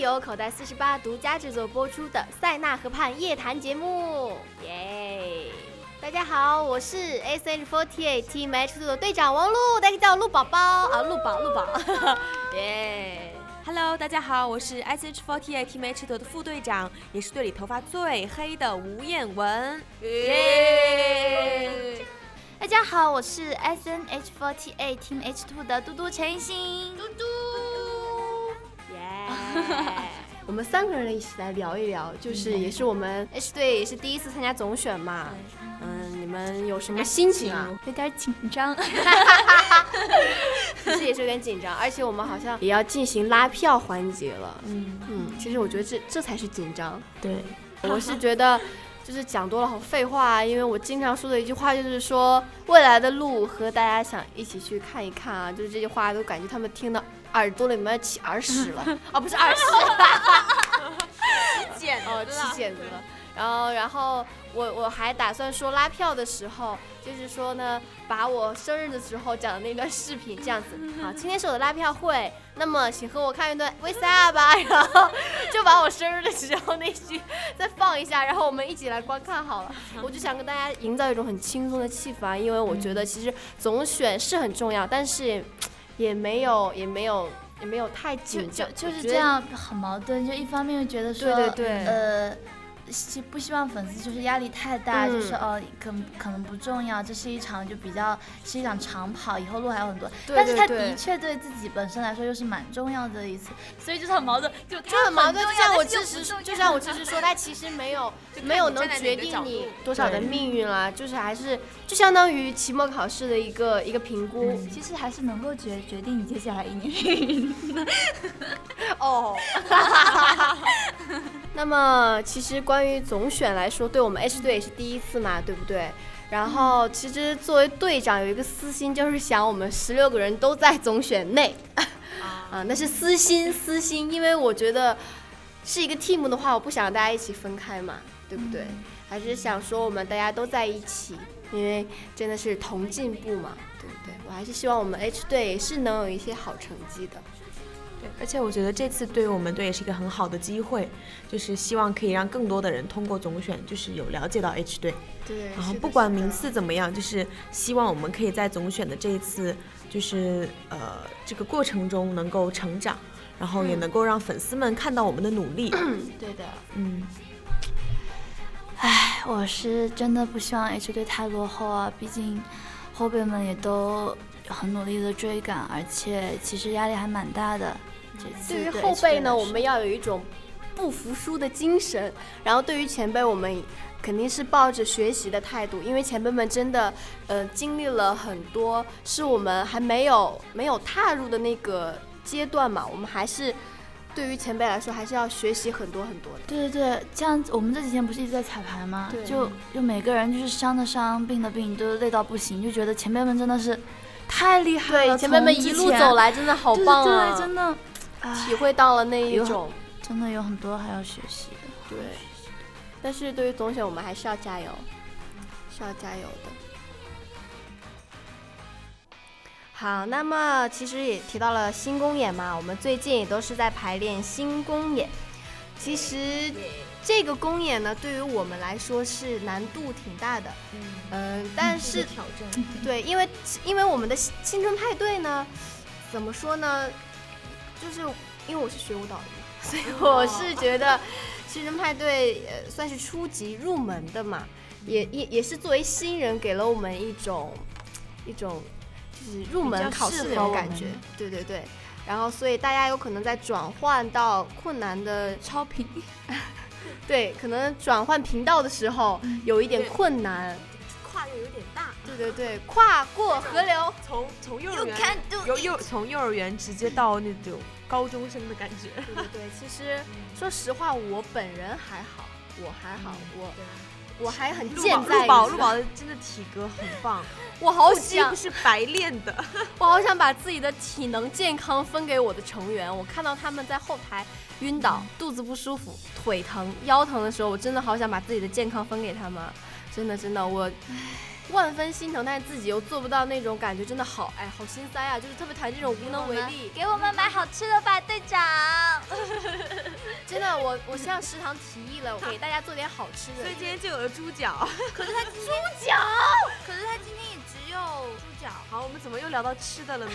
由口袋四十八独家制作播出的《塞纳河畔夜谈》节目，耶！大家好，我是 S N Forty Eight Team H Two 的队长王璐，大家叫我璐宝宝啊，璐宝璐宝， 耶！ Hello，大家好，我是 SH48 Team H 队的副队长，也是队里头发最黑的吴彦文。耶！大家好，我是 S N H Forty Eight Team H Two 的嘟嘟陈奕迅，嘟嘟， 耶！我们三个人一起来聊一聊，就是也是我们嗯 H 队也是第一次参加总选嘛，嗯，你们有什么心情 啊？有点紧张，其实也是有点紧张，而且我们好像也要进行拉票环节了。嗯，嗯，其实我觉得这这才是紧张，对，我 是觉得。就是讲多了好废话啊，因为我经常说的一句话就是说，未来的路和大家想一起去看一看啊，就是这句话都感觉他们听到耳朵里面要起耳屎 了啊，不是耳屎，简哦，起茧子了。然后，然后我我还打算说拉票的时候，就是说呢，把我生日的时候讲的那段视频这样子。好，今天是我的拉票会，那么请和我看一段 VCR 吧。然后就把我生日的时候那句再放一下，然后我们一起来观看好 了。我就想跟大家营造一种很轻松的气氛啊，因为我觉得其实总选是很重要，但是也也没有也没有也没有太就紧就张，就我是觉这得样，很矛盾。就一方面又觉得说，对对对呃，希不希望粉丝就是压力太大，嗯就是哦，可可能不重要，这是一场就比较是一场长跑，以后路还有很多。对但是对他对的确对自己本身来说又是蛮重要的一次，所以就是很矛盾，就就他很矛盾，就重像要我但是又支不持重，要就像我支持说，他其实没有没有能决定你多少的命运啦，就是还是就相当于期末考试的一个一个评估。其实还是能够决决定你接下来一年。哦， 那么其实关于总选来说，对我们 H 队也是第一次嘛，对不对？然后其实作为队长有一个私心，就是想我们十六个人都在总选内， 啊，那是私心私心，因为我觉得是一个 team 的话，我不想大家一起分开嘛，对不对？还是想说我们大家都在一起，因为真的是同进步嘛，对不对？我还是希望我们 H 队也是能有一些好成绩的。对，而且我觉得这次对于我们队也是一个很好的机会，就是希望可以让更多的人通过总选，就是有了解到 H 队，对，然后是的不管是的名次怎么样，就是希望我们可以在总选的这一次，就是呃这个过程中能够成长，然后也能够让粉丝们看到我们的努力。 对的，嗯，唉，我是真的不希望 H 队太落后啊，毕竟后辈们也都很努力的追赶，而且其实压力还蛮大的。这次对于 H 队后辈来呢，说我们要有一种不服输的精神，然后对于前辈，我们肯定是抱着学习的态度，因为前辈们真的，呃，经历了很多是我们还没有没有踏入的那个阶段嘛，我们还是对于前辈来说，还是要学习很多很多的。对对对，这样我们这几天不是一直在彩排吗对？就就每个人就是伤的伤，病的病，都累到不行，就觉得前辈们真的是太厉害对，了。前辈们从一之路前走，来，真的好棒对啊！对对，真的，唉体会到了那一有种真的有很多还要学习的。对。但是对于总选，我们还是要加油，是要加油的。好，那么其实也提到了新公演嘛，我们最近也都是在排练新公演。其实这个公演呢，对于我们来说是难度挺大的，嗯、但是挑战。对，因为因为我们的新青春派对呢，怎么说呢，就是因为我是学舞蹈的嘛，所以我是觉得青春派对呃算是初级入门的嘛，也也也是作为新人给了我们一种一种就是入门考试的那种感觉，对对对。然后，所以大家有可能在转换到困难的超频，对，可能转换频道的时候有一点对困难，跨越有点大，嗯对对对，跨过河流。从从幼儿园由幼从幼儿园直接到那种高中生的感觉。对对对，其实说实话，我本人还好，我还好，嗯我我还很陆健啊宝在。陆宝陆宝的真的体格很棒，我好几想乎，哦是白练的。我好想把自己的体能健康分给我的成员。我看到他们在后台晕倒、嗯肚子不舒服、腿疼、腰疼的时候，我真的好想把自己的健康分给他们。真的真的，我万分心疼，但是自己又做不到那种感觉，真的好哎，好心塞啊！就是特别讨厌这种无能为力。给我们买好吃的吧，队长。真的，我我向食堂提议了，给大家做点好吃的。 所以今天就有了猪脚。可是他今天猪脚，可是他今天也只有猪脚。 好，我们怎么又聊到吃的 了呢？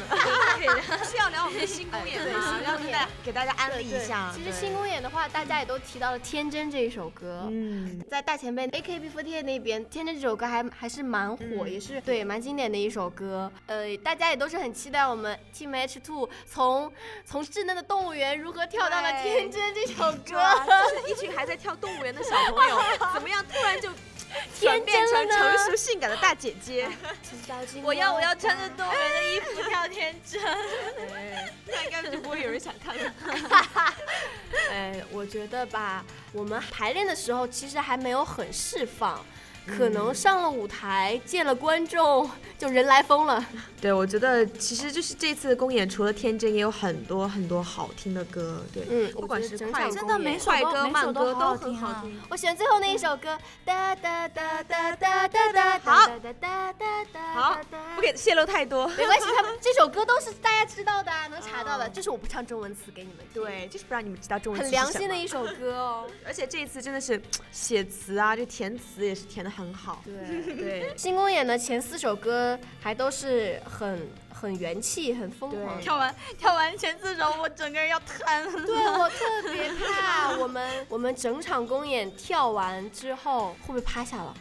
是要聊我们的新公演吗？让大家给大家安利一下。其实新公演的话，大家也都提到了《天真》这一首歌。嗯，在大前辈 AKB48 那边，《天真》这首歌还还是蛮火，嗯也是对蛮经典的一首歌。呃，大家也都是很期待我们 Team H2 从从稚嫩的动物园如何跳到了《对天真》这首歌。 就是一啊群还在跳动物园的小朋 友，怎么样突然就转变成成熟性感的大姐姐？ 我要我要穿着动物园的衣服跳天真。 那应该就不会有人想看 了。哎，我觉得吧，我们排练的时候其实还没有很释放，嗯可能上了舞台见了观众就人来疯了。对，我觉得其实就是这次的公演，除了《天真》，也有很多很多好听的歌。对，嗯不管我觉是得整快场歌真的每首快都歌、每首慢歌都好好很听啊好听。我选最后那一首歌，哒哒哒哒哒哒哒，好哒哒哒哒哒，好，不给泄露太多。没关系，他们这首歌都是大家知道 的啊，能查到的。就是我不唱中文词给你们听，，哦对，就是不让你们知道中文。很良心的一，首歌哦。而且这一次真的是写词啊，就填词也是填的很好。对， 对，新公演的前四首歌还都是很很元气、很疯狂的。跳完跳完前四首，我整个人要瘫了。对我特别怕我们 我们整场公演跳完之后会不会趴下了？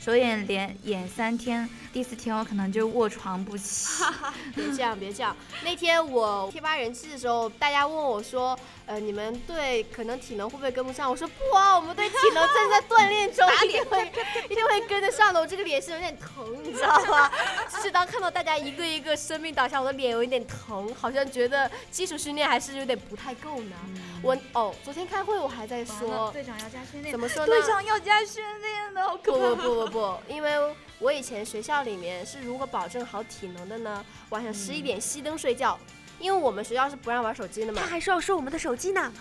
首演连演三天，第四天我可能就卧床不 起。别这样，别这样。那天我贴吧人气的时候，大家问我说，呃，你们队可能体能会不会跟不上？我说不啊，我们队体能正在锻炼 中，一定会一定会跟得上的。我这个脸是有点疼，你知道吗？ 就是当看到大家一个一个生病倒下，我的脸有一点疼，好像觉得基础训练还是有点不太够呢。我哦，昨天开会我还在说，嗯哦队长要加训练怎么说呢？队长要加训练的，好可不不怕。不不不，因为我以前学校里面是如何保证好体能的呢？晚上嗯十一点熄灯睡觉。因为我们学校是不让玩手机的嘛，还是要收我们的手机呢。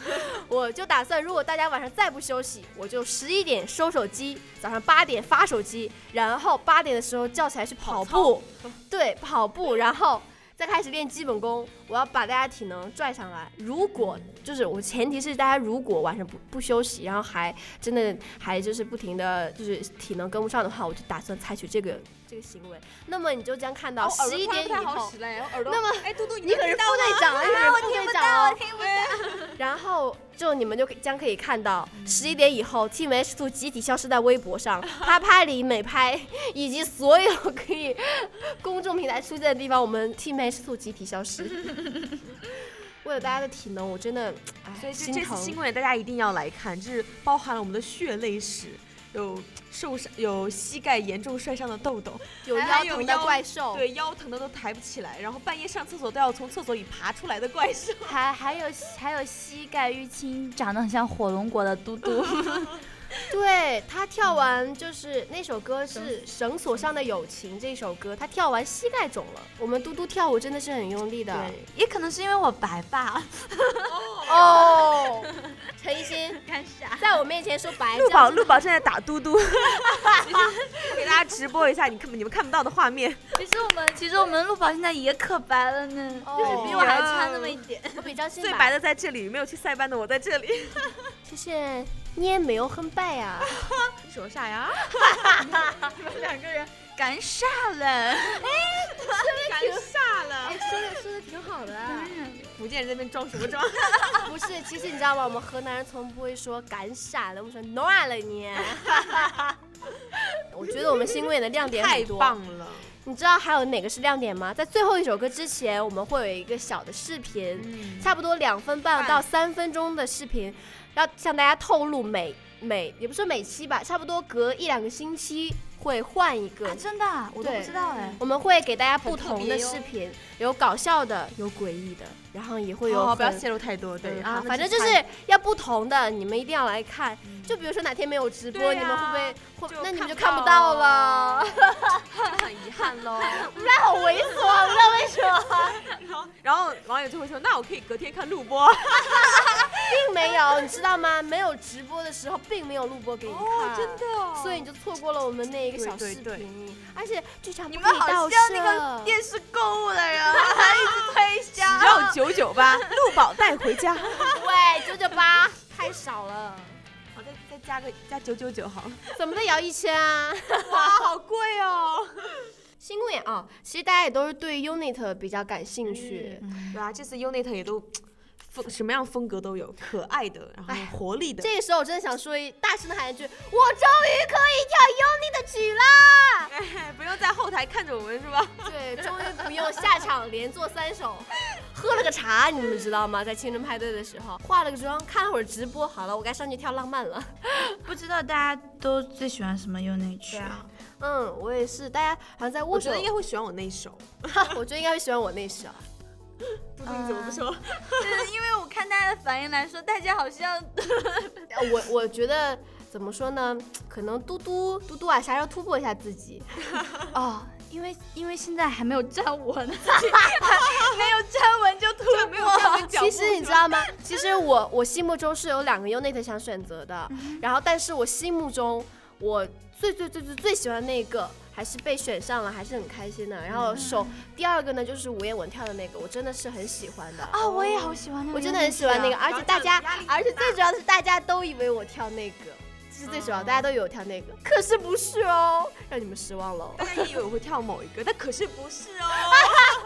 我就打算如果大家晚上再不休息，我就十一点收手机，早上八点发手机，然后八点的时候叫起来去跑步，对，跑步，然后再开始练基本功。我要把大家体能拽上来。如果就是我前提是大家如果晚上不不休息，然后还真的还就是不停的就是体能跟不上的话，我就打算采取这个这个行为。那么你就将看到十一点以后，来，耳朵。那么哎，嘟嘟，你可是副队长，啊你可是副队长哦。我听不到。然后就你们就可以将可以看到，嗯十一点以后，Team H Two 集体消失在微博上、 啪啪里、美拍以及所有可以公众平台出现的地方，我们 Team H Two 集体消 失。为了大家的体能，我真的所哎以这心这次疼。新公演大家一定要来看，就是包含了我们的血泪史，有受伤，有膝盖严重摔伤的豆豆，有腰还有疼的腰怪兽，对腰疼的都抬不起来，然后半夜上厕所都要从厕所里爬出来的怪兽。还还有还有膝盖淤青，长得很像火龙果的 嘟嘟。对他跳完就是那首歌是《绳索上的友情》这首歌，他跳完膝盖肿了。我们嘟嘟跳舞真的是很用力的。也可能是因为我白吧， 哦，陈奕迅干啥？在我面前说白 陆叫宝，，陆宝正在打嘟 嘟，给大家直播一下，你看你们看不到的画面。其实我们其实我们陆宝现在也可白了呢，哦比我还差那么一 点。我比张欣最白的在这里，没有去塞班的我在这里。就是你也没有很白啊。 你说啥 呀？干啥嘞？干啥了？哎说的说的挺好的、啊，哎福建人在那边装什么 装？ 不是？其实你知道吗？我们河南人从不会说干傻了，我们说暖了 你。我觉得我们新公演的亮点太很多，棒了！你知道还有哪个是亮点吗？在最后一首歌之前，我们会有一个小的视频，嗯差不多两分半到三分钟的视频，要向大家透露每每也不说每期吧，差不多隔一两个星期会换一个啊，真的啊，我都对不知道哎。我们会给大家不很同特的别哟视频，有搞笑的，有诡异的，然后也会有好好，不要很泄露太多，对嗯啊，反正就就是要不同的，你们一定要来看。就比如说哪天没有直播，对你呀们会不会会就？那你们就看看不不到到了。很遗憾喽。我们俩好猥琐啊，不知道为什么。 然后网友就会说，那我可以隔天看录播。并没有，你知道吗？没有直播的时候，并没有录播给你看，真的，所以你就错过了我们那一个小对视频。哎对对而且剧场不你可们以好倒像摄。那个电视购物的人啊， 还一直推销。只要九九八，陆宝带回家。喂，九九八太少了，好，再再加个加九九九好了。怎么的也要一千啊？哇，好贵哦。 新公演啊、其实大家也都是对 Unit 比较感兴趣。 对啊，这次 UNIT 也都风什么样风格都有，可爱的，然后哎活力 的。这个时候我真的想说一大声的喊一句：我终于可以跳 Unit 的曲啦！哎，不用在后台看着我们是 吧？ 对，终于不用下场连做三首，喝了个茶，你们知道吗？在青春派对的时候，化了个妆，看了会儿直播，好了，我该上去跳浪漫了。不知道大家都最喜欢什么 UNI 曲 啊？嗯，我也是，大家好像在握我觉手得，应该会喜欢我那一首， 我觉得应该会喜欢我那首。不知你怎么不说。就是因为我看大家的反应来说，大家好像呃我我觉得怎么说呢？可能嘟嘟嘟嘟啊，啥时候突破一下自己？哦，因为因为现在还没有站 稳，没有站稳就突破，没有站 稳其实你知道吗？其实我我心目中是有两个 unit 想选择的，嗯然后但是我心目中我最最最最最喜欢那个还是被选上了，还是很开心的。然嗯后首、第二个呢就是吴彦文跳的那个，我真的是很喜欢的。啊，我也啊好喜欢那个，我真的很喜欢那个，。而且大家，而且最主要的是大家都以为我跳那个，这是最主要，哦大家都以为我跳那个，可是不是哦，让你们失望了。哦大家以为我会跳某一个，但可是不是 哦。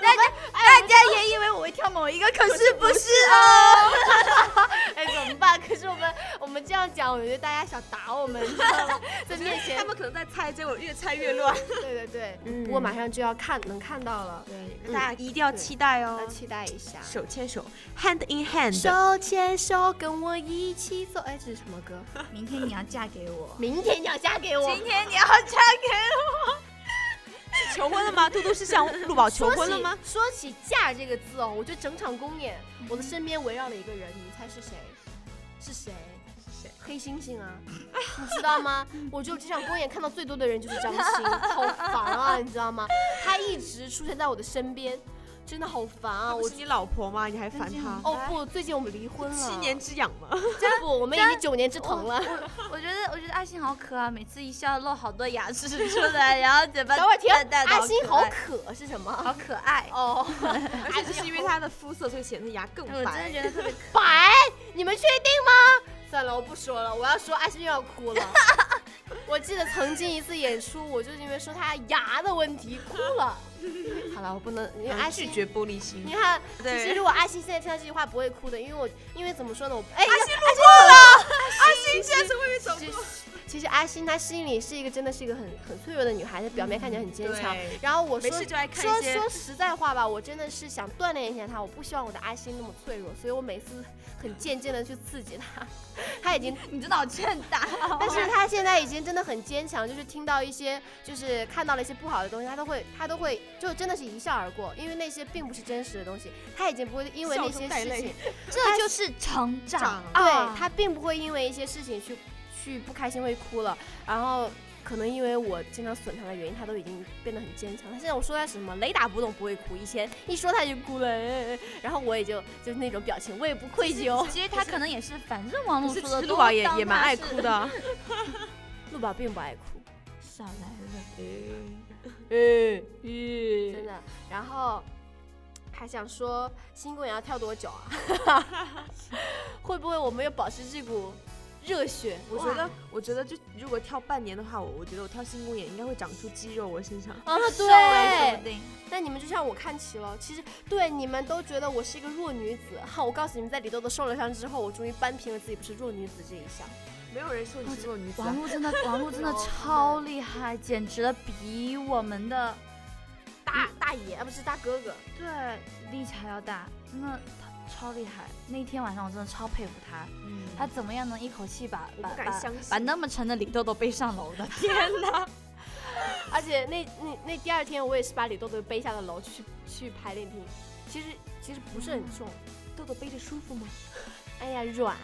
大家也以为我会跳某一个，可是不是哦。 哎，怎么办？可是我们我们这样讲，我觉得大家想打我们，你知道吗？在面前他们可能在猜，结果越猜越乱。对对对，不过马上就要看，能看到了，对大家一定要期待大家哦。期待一下。手牵手，hand in hand。手牵手，跟我一起走。哎，这是什么歌？明天你要嫁给我，明天你要嫁给我。今天你要嫁给求婚了吗？嘟嘟是向陆宝求说婚起了吗？？说起嫁这个字哦，我觉得整场公演，我的身边围绕了一个人，你们猜是谁？是谁？谁？黑猩猩啊，你知道吗？我觉得我这场公演看到最多的人就是张欣，好烦啊，你知道吗？他一直出现在我的身边，真的好烦啊！我我是你老婆吗？你还烦她？哦不，最近我们离婚了，七年之痒吗？不，我们已经九年之疼了。我。我觉得，我觉得阿信好可爱，每次一笑露好多牙齿出来，然后嘴巴等会儿停，淡淡的阿星好爱可是什么？好可爱。哦，而且就是因为她的肤色，所以显得牙更哎我真的白。觉得特别可白，你们确定吗？算了，我不说了，我要说阿星又要哭 了。我记得曾经一次演出，我就是因为说他牙的问题哭了。 好了，我不能，因为阿嗯拒星。绝玻璃心你。看，其对实如果阿星现在听到这句话不会哭的，因为我因为怎么说呢，我哎，阿星你现在是会走其实其实阿星她心里是一个真的是一个很很脆弱的女孩子，表面看起来很坚强。嗯对然后我没说事就爱看说一些说实在话吧，我真的是想锻炼一下她，我不希望我的阿星那么脆弱，所以我每次很渐渐的去刺激 她。她已经，啊你真的好欠打。但是她现在已经真的很坚强，就是听到一些就是看到了一些不好的东西，她都会她都会就真的是一笑而过，因为那些并不是真实的东西，她已经不会因为笑那中些带事泪情这就是成长长，啊对他并不会因为一些事情去去不开心会哭了，然后可能因为我经常损他的原因，他都已经变得很坚强。他现在我说他什么雷打不动不会哭，以前一说他就哭了， 哎哎哎然后我也就就是那种表情，我也不愧疚。 其实他可能也是，反正王可璐是说的其都实陆宝也当也蛮他爱是哭。的。陆宝并不爱哭，少来了，嗯嗯，真的。然后还想说新公演要跳多久啊？ 会不会我们要保持这股热血？我觉得，我觉得就如果跳半年的话，我我觉得我跳新公演应该会长出肌肉，我身上。啊， 瘦了说对不，定。但你们就向我看齐了。其实对你们都觉得我是一个弱女子，哈！我告诉你们，在李豆豆受了伤之后，我终于扳平了自己不是弱女子这一项。没有人说你是弱女子啊王。璐真的，王璐真的超厉害，简直了，比我们的大大爷啊，不是大哥哥，对力气还要大，真的他超厉害。那天晚上我真的超佩服他，他怎么样能一口气把嗯我把不敢把相信把那么沉的李豆豆背上楼的？天哪！而且那那那第二天，我也是把李豆豆背下了楼去去排练厅。其实其实不是很重，豆豆背着舒服吗？哎呀软，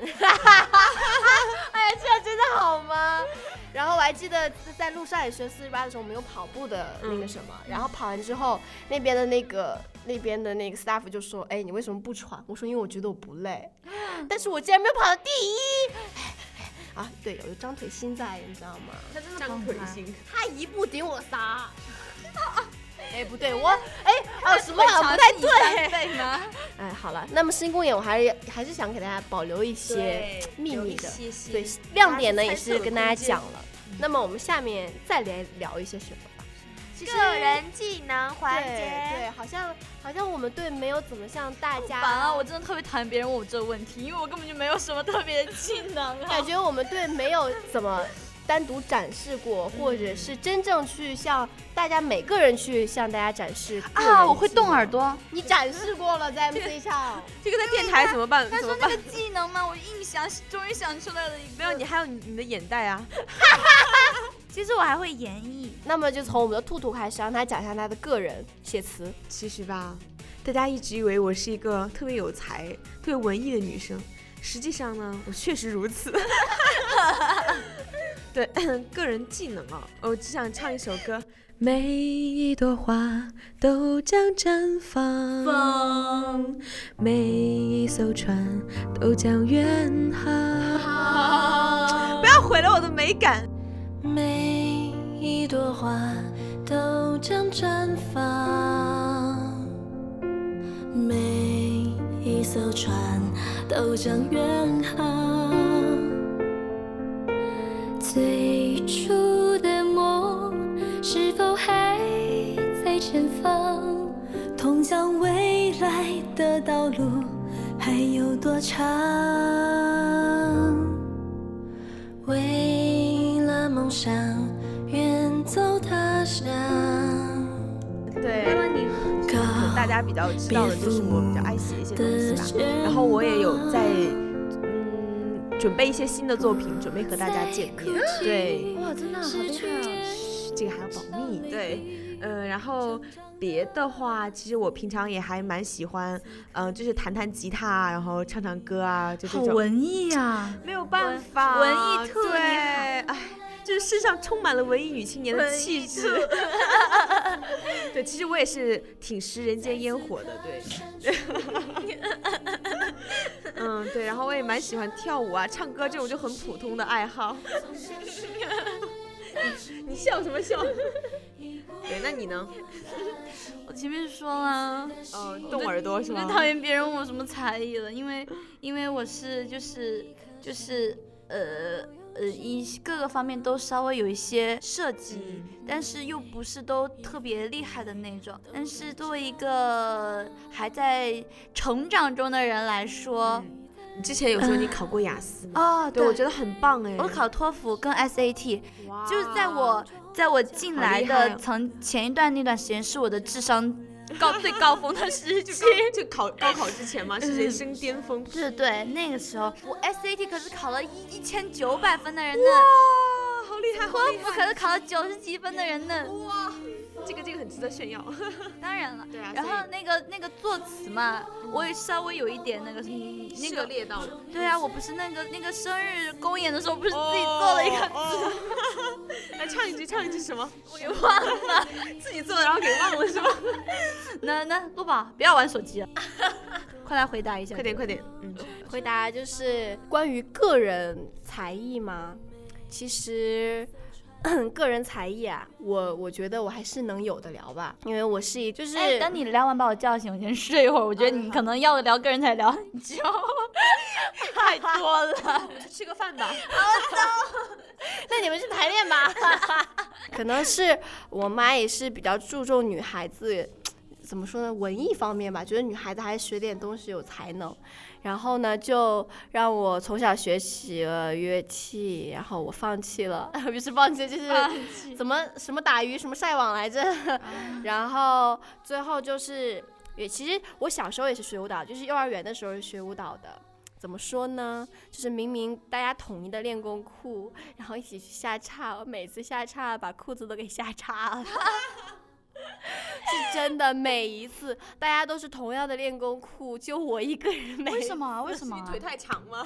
哎呀，这真的的好吗？然后我还记得在路上也学四十八的时候，我们有跑步的那个什么，然后跑完之后，那边的那个那边的那个 staff 就说：“哎，你为什么不喘？”我说：“因为我觉得我不 累。”但是我竟然没有跑到第一。啊，对，有一张腿心在，你知道吗？他真的张腿心，他一步顶我仨。 哎，不对，我哎啊， 什么好像不太对。对 吗？哎，好了，那么新公演我还是还是想给大家保留一些对秘密的，谢谢对亮点呢大家也去猜测嗯是的跟大家空间讲了。那么我们下面再来聊一些什么吧？个人技能环对节，对，好像好像我们队没有怎么向大家，烦啊！我真的特别讨厌别人问我这个问题，因为我根本就没有什么特别的技能啊。感觉我们队没有怎么单独展示过，或者是真正去向大家每个人去向大家展示个人啊，我会技能动耳，朵。你展示过了在 MC 上，这个在电台怎么办？他怎么说那办个？技能嘛，我硬想，终于想出来了一个。没有，你还有你你的眼袋啊。其实我还会演绎，那么就从我们的兔兔开始，让他讲一下他的个人写词。其实吧，大家一直以为我是一个特别有才、特别文艺的女生，实际上呢，我确实如此。 对， 个人技能啊、我只想唱一首歌。每一朵花都将绽放，每一艘船都将远航。 不要毁了我的美感。每一朵花都将绽放，每一艘船都将远航。最初的梦是否还在前方？通向未来的道路还有多长？为了梦想，远走他乡。对，那么你告大家比较知道的就是我比较爱写一些东西吧。然后我也有在嗯准备一些新的作品，准备和大家见面。对，哇，真的好厉害啊！这个还要保密。对，呃，然后别的话，其实我平常也还蛮喜欢，呃，就是弹弹吉他，啊然后唱唱歌啊，就这好种。文艺啊！没有办法，文艺兔对，你好哎，就是世上充满了文艺女青年的文艺气质。 对，其实我也是挺食人间烟火的，对。 嗯，对，然后我也蛮喜欢跳舞啊、唱歌这种就很普通的 爱好。你笑什么笑？对，那你呢？我前面说了，呃，动耳朵是哦我吗最？讨厌别人问我什么才艺了，因为因为我是就是就是呃呃一各个方面都稍微有一些涉及，嗯但是又不是都特别厉害的那种。但是作为一个还在成长中的人来说，你之前有说你考过雅思吗？哦，嗯对，我觉得得很棒哎。我考托福跟 SAT，哇，就是在我在我进好来厉害的哦曾前一段那段时间是我的智商高最高峰的时期。 就考高考之前嘛，是人生巅峰。对对，那个时候我 SAT 可是考了一一千九百分的人呢，哇，好厉害，好托厉福害！可是考了九十几分的人呢。哇，这个这个很值得炫耀。当然了，对啊然所以后那个那个作词嘛，我也稍微有一点那个什么那嗯涉个，猎到了，对啊，我不是那个那个生日公演的时候，不是自己做了一个，哦。 来唱一句，唱一句什么？我给忘了。 自己做的，然后给忘了是吗？ 那那陆宝，不要玩手机了， 快来回答一下。快点，快点，嗯，回答就是关于个人才艺吗？其实。嗯个人才艺啊，我我觉得我还是能有的聊吧，因为我是一就是、哎，等你聊完把我叫醒，我先睡一会儿。我觉得你可能要聊个人才聊很久，太多 了。吃个饭吧。那你们去排练吧。 可能是我妈也是比较注重女孩子，怎么说呢，文艺方面吧，觉得女孩子还是学点东西有才能。然后呢，就让我从小学习了乐器，然后我放弃了， 不是放弃，啊就是怎么什么打鱼什么晒网来着。 然后最后就是，也其实我小时候也是学舞蹈，就是幼儿园的时候是学舞蹈的。怎么说呢？就是明明大家统一的练功裤，然后一起去下叉，我每次下叉把裤子都给下叉了。 是真的，每一次大家都是同样的练功裤，就我一个人没啊为什么啊？为什么啊？ 太长吗？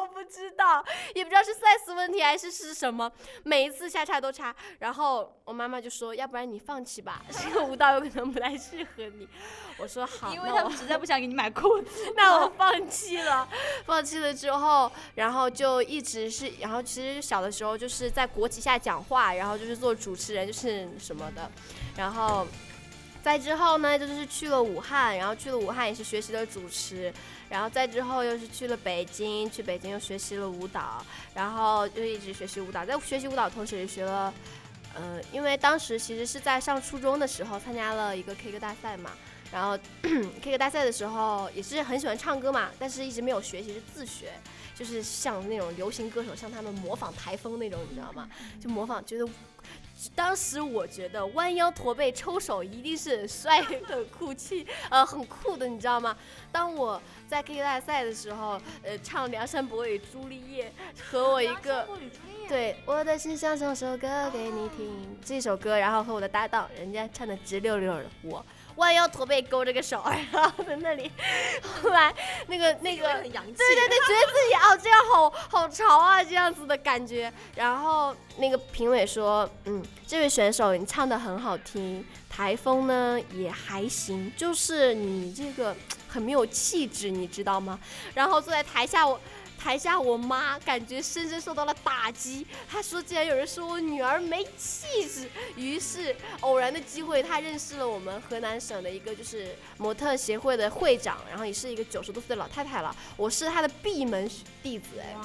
我不知道，也不知道是 size 问题还是是什么，每一次下叉都叉。然后我妈妈就说，要不然你放弃吧，这个舞蹈有可能不太适合你。我说好，因为那他我们实在不想给你买裤子。那我放弃了，放弃了之后，然后就一直是，然后其实小的时候就是在国旗下讲话，然后就是做主持人，就是什么的，然后。再之后呢，就是去了武汉，然后去了武汉也是学习了主持，然后再之后又是去了北京，去北京又学习了舞蹈，然后就一直学习舞蹈。在学习舞蹈的同时也学了，呃，因为当时其实是在上初中的时候参加了一个 K 歌大赛嘛，然后 K 歌大赛的时候也是很喜欢唱歌嘛，但是一直没有学习，是自学，就是像那种流行歌手，像他们模仿台风那种，你知道吗？就模仿，觉得当时我觉得弯腰驼背抽手一定是很帅、很酷气，呃，很酷的，你知道吗？当我在 K 歌大赛的时候，呃，唱《梁山伯与朱丽叶》和我一个。对，我的心想唱首歌给你听，这首歌，然后和我的搭档，人家唱的直溜溜的，我弯腰驼背勾着个手，然后在那里， 后来那个那个很洋气。对对对，觉得自己哦这样好好潮啊这样子的感觉。然后那个评委说，嗯，这位选手你唱的很好听，台风呢也还行，就是你这个很没有气质，你知道吗？然后坐在台下我。台下我妈感觉深深受到了打击，她说竟然有人说我女儿没气质，于是偶然的机会，她认识了我们河南省的一个就是模特协会的会长，然后也是一个九十多岁的老太太了，我是她的闭门弟子哎，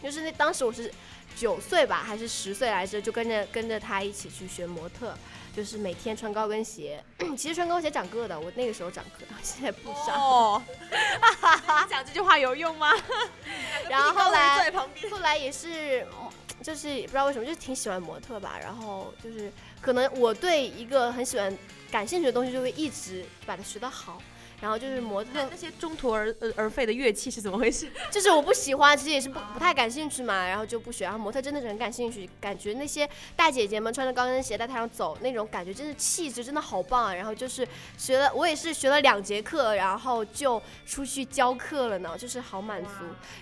就是那当时我是九岁吧，还是十岁来着，就跟着跟着她一起去学模特，就是每天穿高跟鞋， 其实穿高跟鞋长个的，我那个时候长个， 现在不长。哦，你讲这句话有用吗？然后后来在旁边，后来也是，嗯就是也不知道为什么，就是挺喜欢模特吧。然后就是可能我对一个很喜欢、感兴趣的东西，就会一直把它学得好。然后 就是模特那，些中途而而而废的乐器是怎么回事？就是我不喜欢，其实也是不不太感兴趣嘛，然后就不学。然后模特真的是很感兴趣，感觉那些大姐姐们穿着高跟鞋在台上走那种感觉，真是气质真的好棒啊。然后就是学了，我也是学了两节课，然后就出去教课了呢，就是好满足。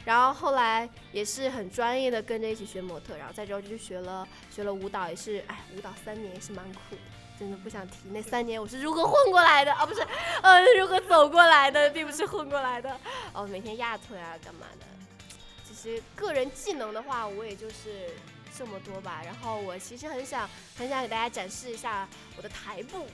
然后后来也是很专业的跟着一起学模特，然后再之后就去学了学了舞蹈，也是哎，舞蹈三年也是蛮苦的。真的不想提那三年我是如何混过来的啊，不是，呃，如何走过来的，并不是混过来的。哦，每天压腿啊，干嘛的？其实个人技能的话，我也就是这么多吧。然后我其实很想很想给大家展示一下我的台步，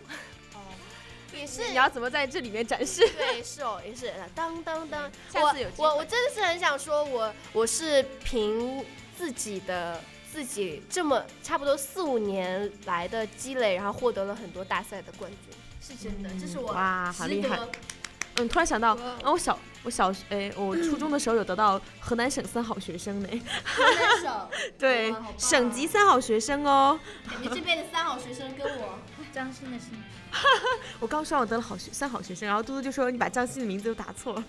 也是 你要怎么在这里面展示？对，是哦，也是当当当。嗯下我次有机我会我真的是很想说我，我是凭自己的自己这么差不多四五年来的积累，然后获得了很多大赛的冠军，是真的，这是我嗯哇，好值厉得害！ 嗯，突然想到，啊，我小我小学，哎，我初中的时候有得到河南省三好学生呢，分手。对哇好棒啊，省级三好学生哦。感觉这边的三好学生跟我张生的是我刚说完我得了好学三好学生，然后嘟嘟就说你把张欣的名字都打错了。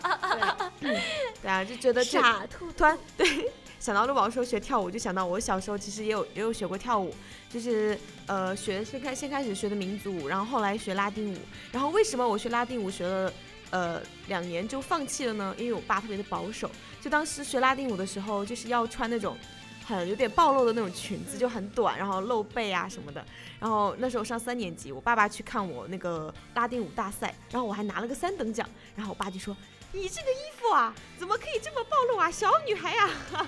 对啊，就觉得这兔突然对想到陆宝说学跳舞，就想到我小时候其实也有也有学过跳舞，就是呃学先开先开始学的民族舞，然后后来学拉丁舞，然后为什么我学拉丁舞学了呃两年就放弃了呢？因为我爸特别的保守，就当时学拉丁舞的时候就是要穿那种。很有点暴露的那种裙子，就很短，然后露背啊什么的。然后那时候上三年级，我爸爸去看我那个拉丁舞大赛，然后我还拿了个三等奖。然后我爸就说：“你这个衣服啊，怎么可以这么暴露啊，小女孩呀、 啊！”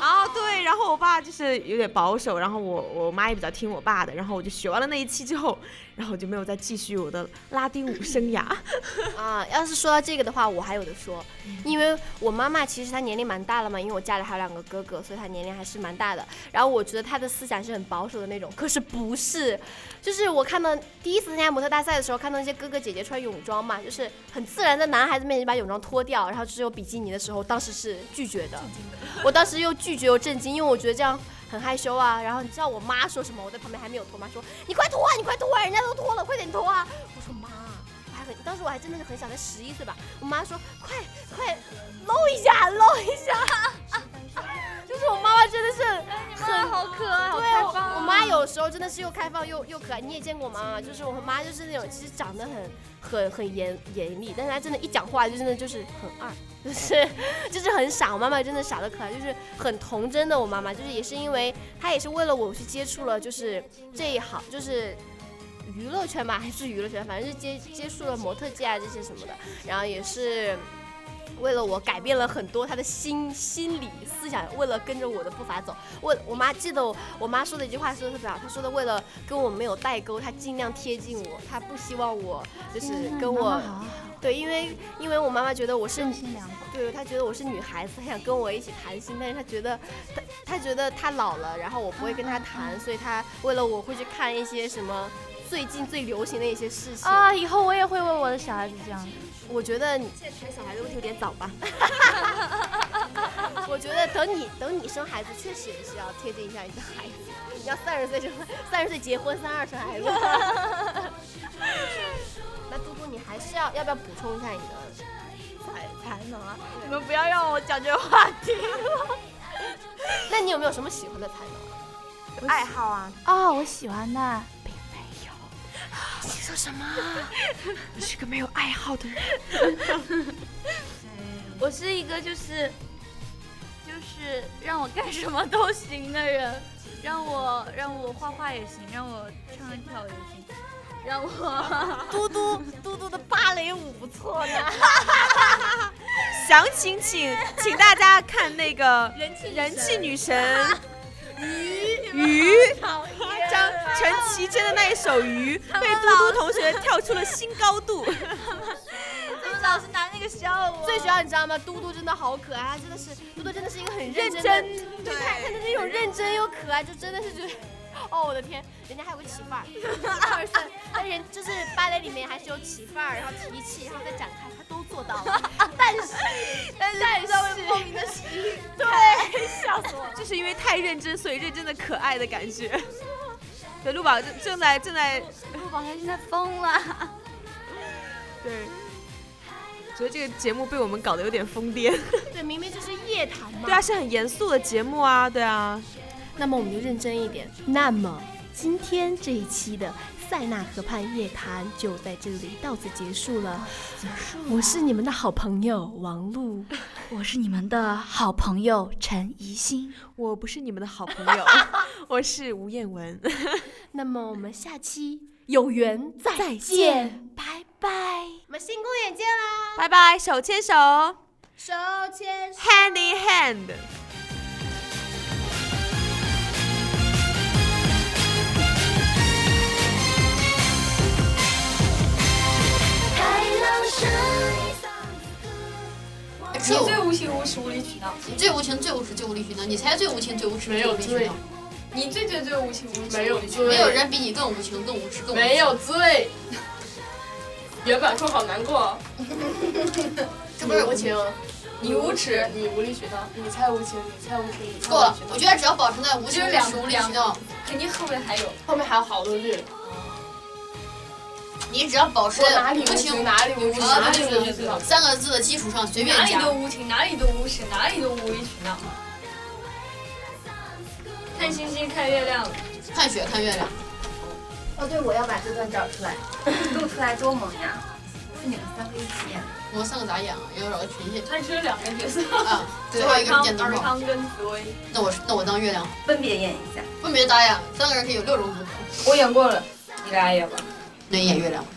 啊，对，然后我爸就是有点保守，然后我我妈也比较听我爸的，然后我就学完了那一期之后，然后我就没有再继续我的拉丁舞生 涯。 啊，要是说到这个的话，我还有的说，因为我妈妈其实她年龄蛮大了嘛，因为我家里还有两个哥哥，所以她年龄还是蛮大的。然后我觉得她的思想是很保守的那种，可是不是，就是我看到第一次参加模特大赛的时候，看到那些哥哥姐姐穿泳装嘛，就是很自然在男孩子面前把泳装脱掉，然后只有比基尼的时候，当时是拒绝的，我当时又拒绝又震惊，因为我觉得这样。很害羞啊，然后你知道我妈说什么？我在旁边还没有脱，我妈说你快脱啊，你快脱啊，人家都脱了，快点脱啊！我说妈，我还很，当时我还真的是很小，才十一岁吧。我妈说快快搂一下，搂一下。就是我妈妈真的是很好可爱，对我我妈有啊有时候真的是又开放又又可爱。你也见过我妈妈，就是我妈就是那种其实长得很很很严严厉，但是她真的，一讲话就真的就是很二， 就是就是很傻。我妈妈真的傻的可爱，就是很童真的。我妈妈就是也是因为她也是为了我去接触了，就是这一行，就是。娱乐圈吧，还是娱乐圈， 反正是接接触了模特界啊这些什么的，然后也是为了我改变了很多他的心心理思想，为了跟着我的步伐走。我我妈记得我我妈说的一句话说的特别好，她说的为了跟我没有代沟，她尽量贴近我，她不希望我就是嗯跟我对，因为因为我妈妈觉得我是对，她觉得我是女孩子，她想跟我一起谈心，但是她觉得她她觉得她老了，然后我不会跟她谈，所以她为了我会去看一些什么。最近最流行的一些事情，啊，以后我也会为我的小孩子这样的。我觉得你现在谈小孩的问题有点早 吧？我觉得等你等你生孩子，确实也是要贴近一下你的孩子。你要三十岁生， 三十岁结婚，三二生 孩子。那嘟嘟，你还是要要不要补充一下你的？才才能啊！你们不要让我讲这个话题了。 那你有没有什么喜欢的才能啊？爱好啊，啊，我喜欢的，啊你是个没有爱好的人。我是一个就是就是让我干什么都行的人，让我让我画画也行，让我唱歌跳舞也行，让我嘟嘟嘟嘟的芭蕾舞不错呢。详情请请大家看那个人气人气女 神 鱼鱼讨厌张陈绮贞的那一首《鱼》，被嘟嘟同学跳出了新高度。他们老是拿那个笑我，最主要你知道吗？嘟嘟真的好可爱，她真的是嘟嘟真的是一个很认真的，认对，她她的那种认真又可爱，就真的是觉得。 哦，我的天，人家还会起范儿，范儿三，但人就是芭蕾里面还是有起范儿，然后提气，然后再展开，她都做到 了。但是，但是，但是，莫名的是，对，笑死我了。就是因为太认真，所以认真的可爱的 感觉。对，陆宝正正在正在我宝他现在疯了。对，觉得这个节目被我们搞得有点疯癫。对，明明就是夜谈嘛。对啊，是很严肃的节目啊，对啊。那么我们就认真一点。那么今天这一期的塞纳河畔夜谈就在这里到此啊结束了。我是你们的好朋友王璐，我是你们的好朋友陈怡欣。我不是你们的好 朋友，我是吴彦文。那么我们下期有缘再见，拜拜。我们新公演见啦，拜拜，手牵手手牵手。 ，hand in hand。哎你最无情无耻无理取闹，你最无情、最无耻、最无理取闹，你才最无情、最无耻、最无理取闹。你最最最无情无耻，没有罪，没有人比你更无情、更无耻、更无耻没有罪。原版说好难过啊，这不是无情，你无耻，你无理取闹，你才无情，你才无耻，你才无够了理取。我闹。觉得只要保持在无情、就是无两耻、无理取两闹，肯定后面还有，后面还有好多句。你只要保持我在哪里无无情情，哪里无无情，耻啊哪里无情，三个字的基础上随便哪里加都。无情，哪里都无耻，哪里都无理取闹。看星星，看月亮，看雪，看月亮。哦，对，我要把这段找出 来，录出来多萌呀！是你们三个一起演，我们三个咋演啊？要找个群 戏它只有两个角色。啊，最后尔一个是康电，灯尔泡。康跟紫薇。那我是那我当月亮，分别演一下。分别咋演？三个人可以有六种组合。我演过了，你来演吧。那你演月亮吧。